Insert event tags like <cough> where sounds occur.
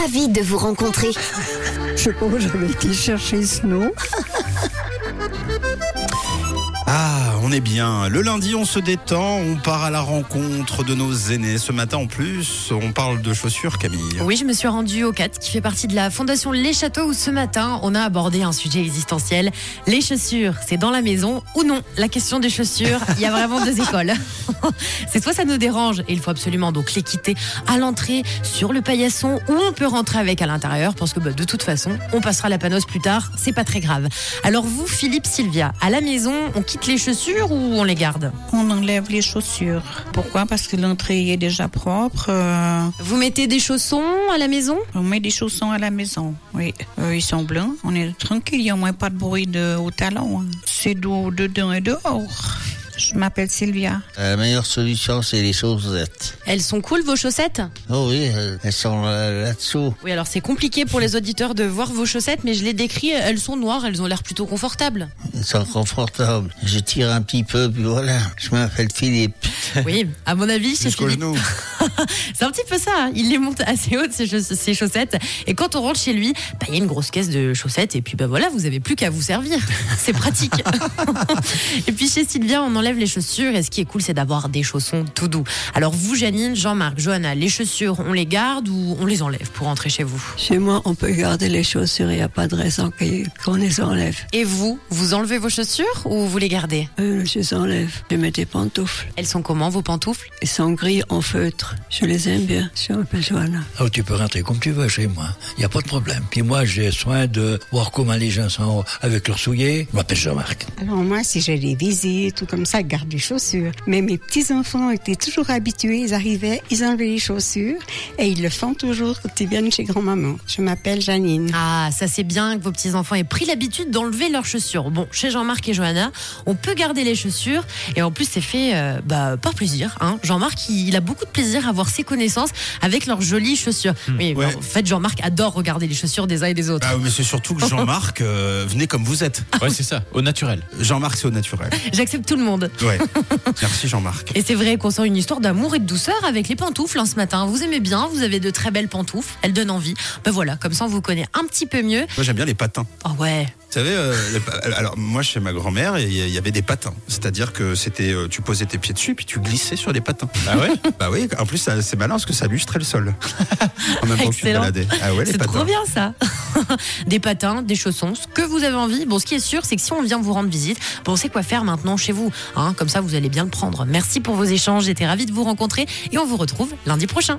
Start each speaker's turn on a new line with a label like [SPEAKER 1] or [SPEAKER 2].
[SPEAKER 1] ravie de vous rencontrer.
[SPEAKER 2] Je sais pas où j'avais été chercher ce nom.
[SPEAKER 3] Ah, on est bien. Le lundi, on se détend, on part à la rencontre de nos aînés. Ce matin, en plus, on parle de chaussures, Camille.
[SPEAKER 4] Oui, je me suis rendue au CAT, qui fait partie de la Fondation Les Châteaux, où ce matin, on a abordé un sujet existentiel. Les chaussures, c'est dans la maison ou non La question des chaussures, il y a vraiment deux écoles. <laughs> c'est soit ça nous dérange, et il faut absolument donc les quitter à l'entrée, sur le paillasson, ou on peut rentrer avec à l'intérieur, parce que bah, de toute façon, on passera la panosse plus tard, c'est pas très grave. Alors vous, Philippe, Sylvia, à la maison, on quitte les chaussures ou on les garde
[SPEAKER 5] On enlève les chaussures. Pourquoi Parce que l'entrée est déjà propre. euh,
[SPEAKER 4] Vous mettez des chaussons à la maison
[SPEAKER 5] on met des chaussons à la maison. Oui, Euh, ils sont blancs. On est tranquille. Il n'y a au moins pas de bruit de, au talon. hein. C'est d'eau dedans et dehors. Je m'appelle Sylvia.
[SPEAKER 6] La meilleure solution, c'est les chaussettes.
[SPEAKER 4] Elles sont cool vos chaussettes
[SPEAKER 6] Oh oui, euh, elles sont euh, là-dessous.
[SPEAKER 4] Oui, alors c'est compliqué pour les auditeurs de voir vos chaussettes, mais je les décris, elles sont noires, elles ont l'air plutôt confortables.
[SPEAKER 6] Elles sont confortables. Je tire un petit peu, puis voilà. Je m'appelle Philippe.
[SPEAKER 4] Oui, à mon avis, c'est
[SPEAKER 3] Jusqu'au
[SPEAKER 4] Philippe.
[SPEAKER 3] genou.
[SPEAKER 4] C'est un petit peu ça, hein. il les monte assez hautes, ces, chauss- ces chaussettes. Et quand on rentre chez lui, bah, il y a une grosse caisse de chaussettes, et puis bah, voilà, vous avez plus qu'à vous servir. <laughs> C'est pratique. <laughs> et puis chez Sylvia, on enlève les chaussures, et ce qui est cool, c'est d'avoir des chaussons tout doux. Alors vous, Janine, Jean-Marc, Johanna, les chaussures, on les garde ou on les enlève pour rentrer chez vous
[SPEAKER 2] Chez moi, on peut garder les chaussures, il n'y a pas de raison que- qu'on les enlève.
[SPEAKER 4] Et vous, vous enlevez vos chaussures ou vous les gardez
[SPEAKER 2] Euh, je les enlève. Je mets des pantoufles.
[SPEAKER 4] Elles sont comment, vos pantoufles
[SPEAKER 2] Ils sont gris en feutre. Je les aime bien. Je m'appelle Joanna.
[SPEAKER 7] Ah, tu peux rentrer comme tu veux chez moi. Il n'y a pas de problème. Puis moi, j'ai soin de voir comment les gens sont avec leurs souliers. Je m'appelle Jean-Marc.
[SPEAKER 8] Alors moi, si j'ai des visites ou comme ça, je garde les chaussures. Mais mes petits-enfants étaient toujours habitués, ils arrivaient, ils enlevaient les chaussures et ils le font toujours quand ils viennent chez grand-maman. Je m'appelle Janine.
[SPEAKER 4] Ah, ça c'est bien que vos petits-enfants aient pris l'habitude d'enlever leurs chaussures. Bon, chez Jean-Marc et Johanna, on peut garder les chaussures et en plus c'est fait euh, bah, par plaisir. Hein. Jean-Marc, il, il a beaucoup de plaisir à voir ses connaissances avec leurs jolies chaussures. oui, mais
[SPEAKER 3] ouais.
[SPEAKER 4] en fait Jean-Marc adore regarder les chaussures des uns et des autres.
[SPEAKER 3] Ah, mais c'est surtout que Jean-Marc, euh, venez comme vous êtes.
[SPEAKER 9] Ouais, c'est ça, au naturel.
[SPEAKER 3] Jean-Marc, c'est au naturel.
[SPEAKER 4] J'accepte tout le monde.
[SPEAKER 3] Ouais. Merci, Jean-Marc.
[SPEAKER 4] Et c'est vrai qu'on sent une histoire d'amour et de douceur avec les pantoufles hein, ce matin. Vous aimez bien, vous avez de très belles pantoufles, elles donnent envie. Ben voilà, comme ça on vous connaît un petit peu mieux.
[SPEAKER 3] Moi, j'aime bien les patins.
[SPEAKER 4] Oh ouais,
[SPEAKER 3] Vous savez, euh, les pa- alors moi chez ma grand-mère, il y il y avait des patins. C'est-à-dire que c'était, euh, tu posais tes pieds dessus puis tu glissais sur les patins.
[SPEAKER 9] Ah ouais
[SPEAKER 3] Bah oui. En plus, ça- c'est malin parce que ça lustrait le sol. en même temps que tu te
[SPEAKER 4] Excellent.
[SPEAKER 3] baladais. Ah ouais, les
[SPEAKER 4] C'est
[SPEAKER 3] patins.
[SPEAKER 4] trop bien ça. <laughs> des patins, des chaussons, ce que vous avez envie. Bon, ce qui est sûr, c'est que si on vient vous rendre visite, bon, on sait quoi faire maintenant chez vous. hein. comme ça, vous allez bien le prendre. Merci pour vos échanges. J'étais ravie de vous rencontrer et on vous retrouve lundi prochain.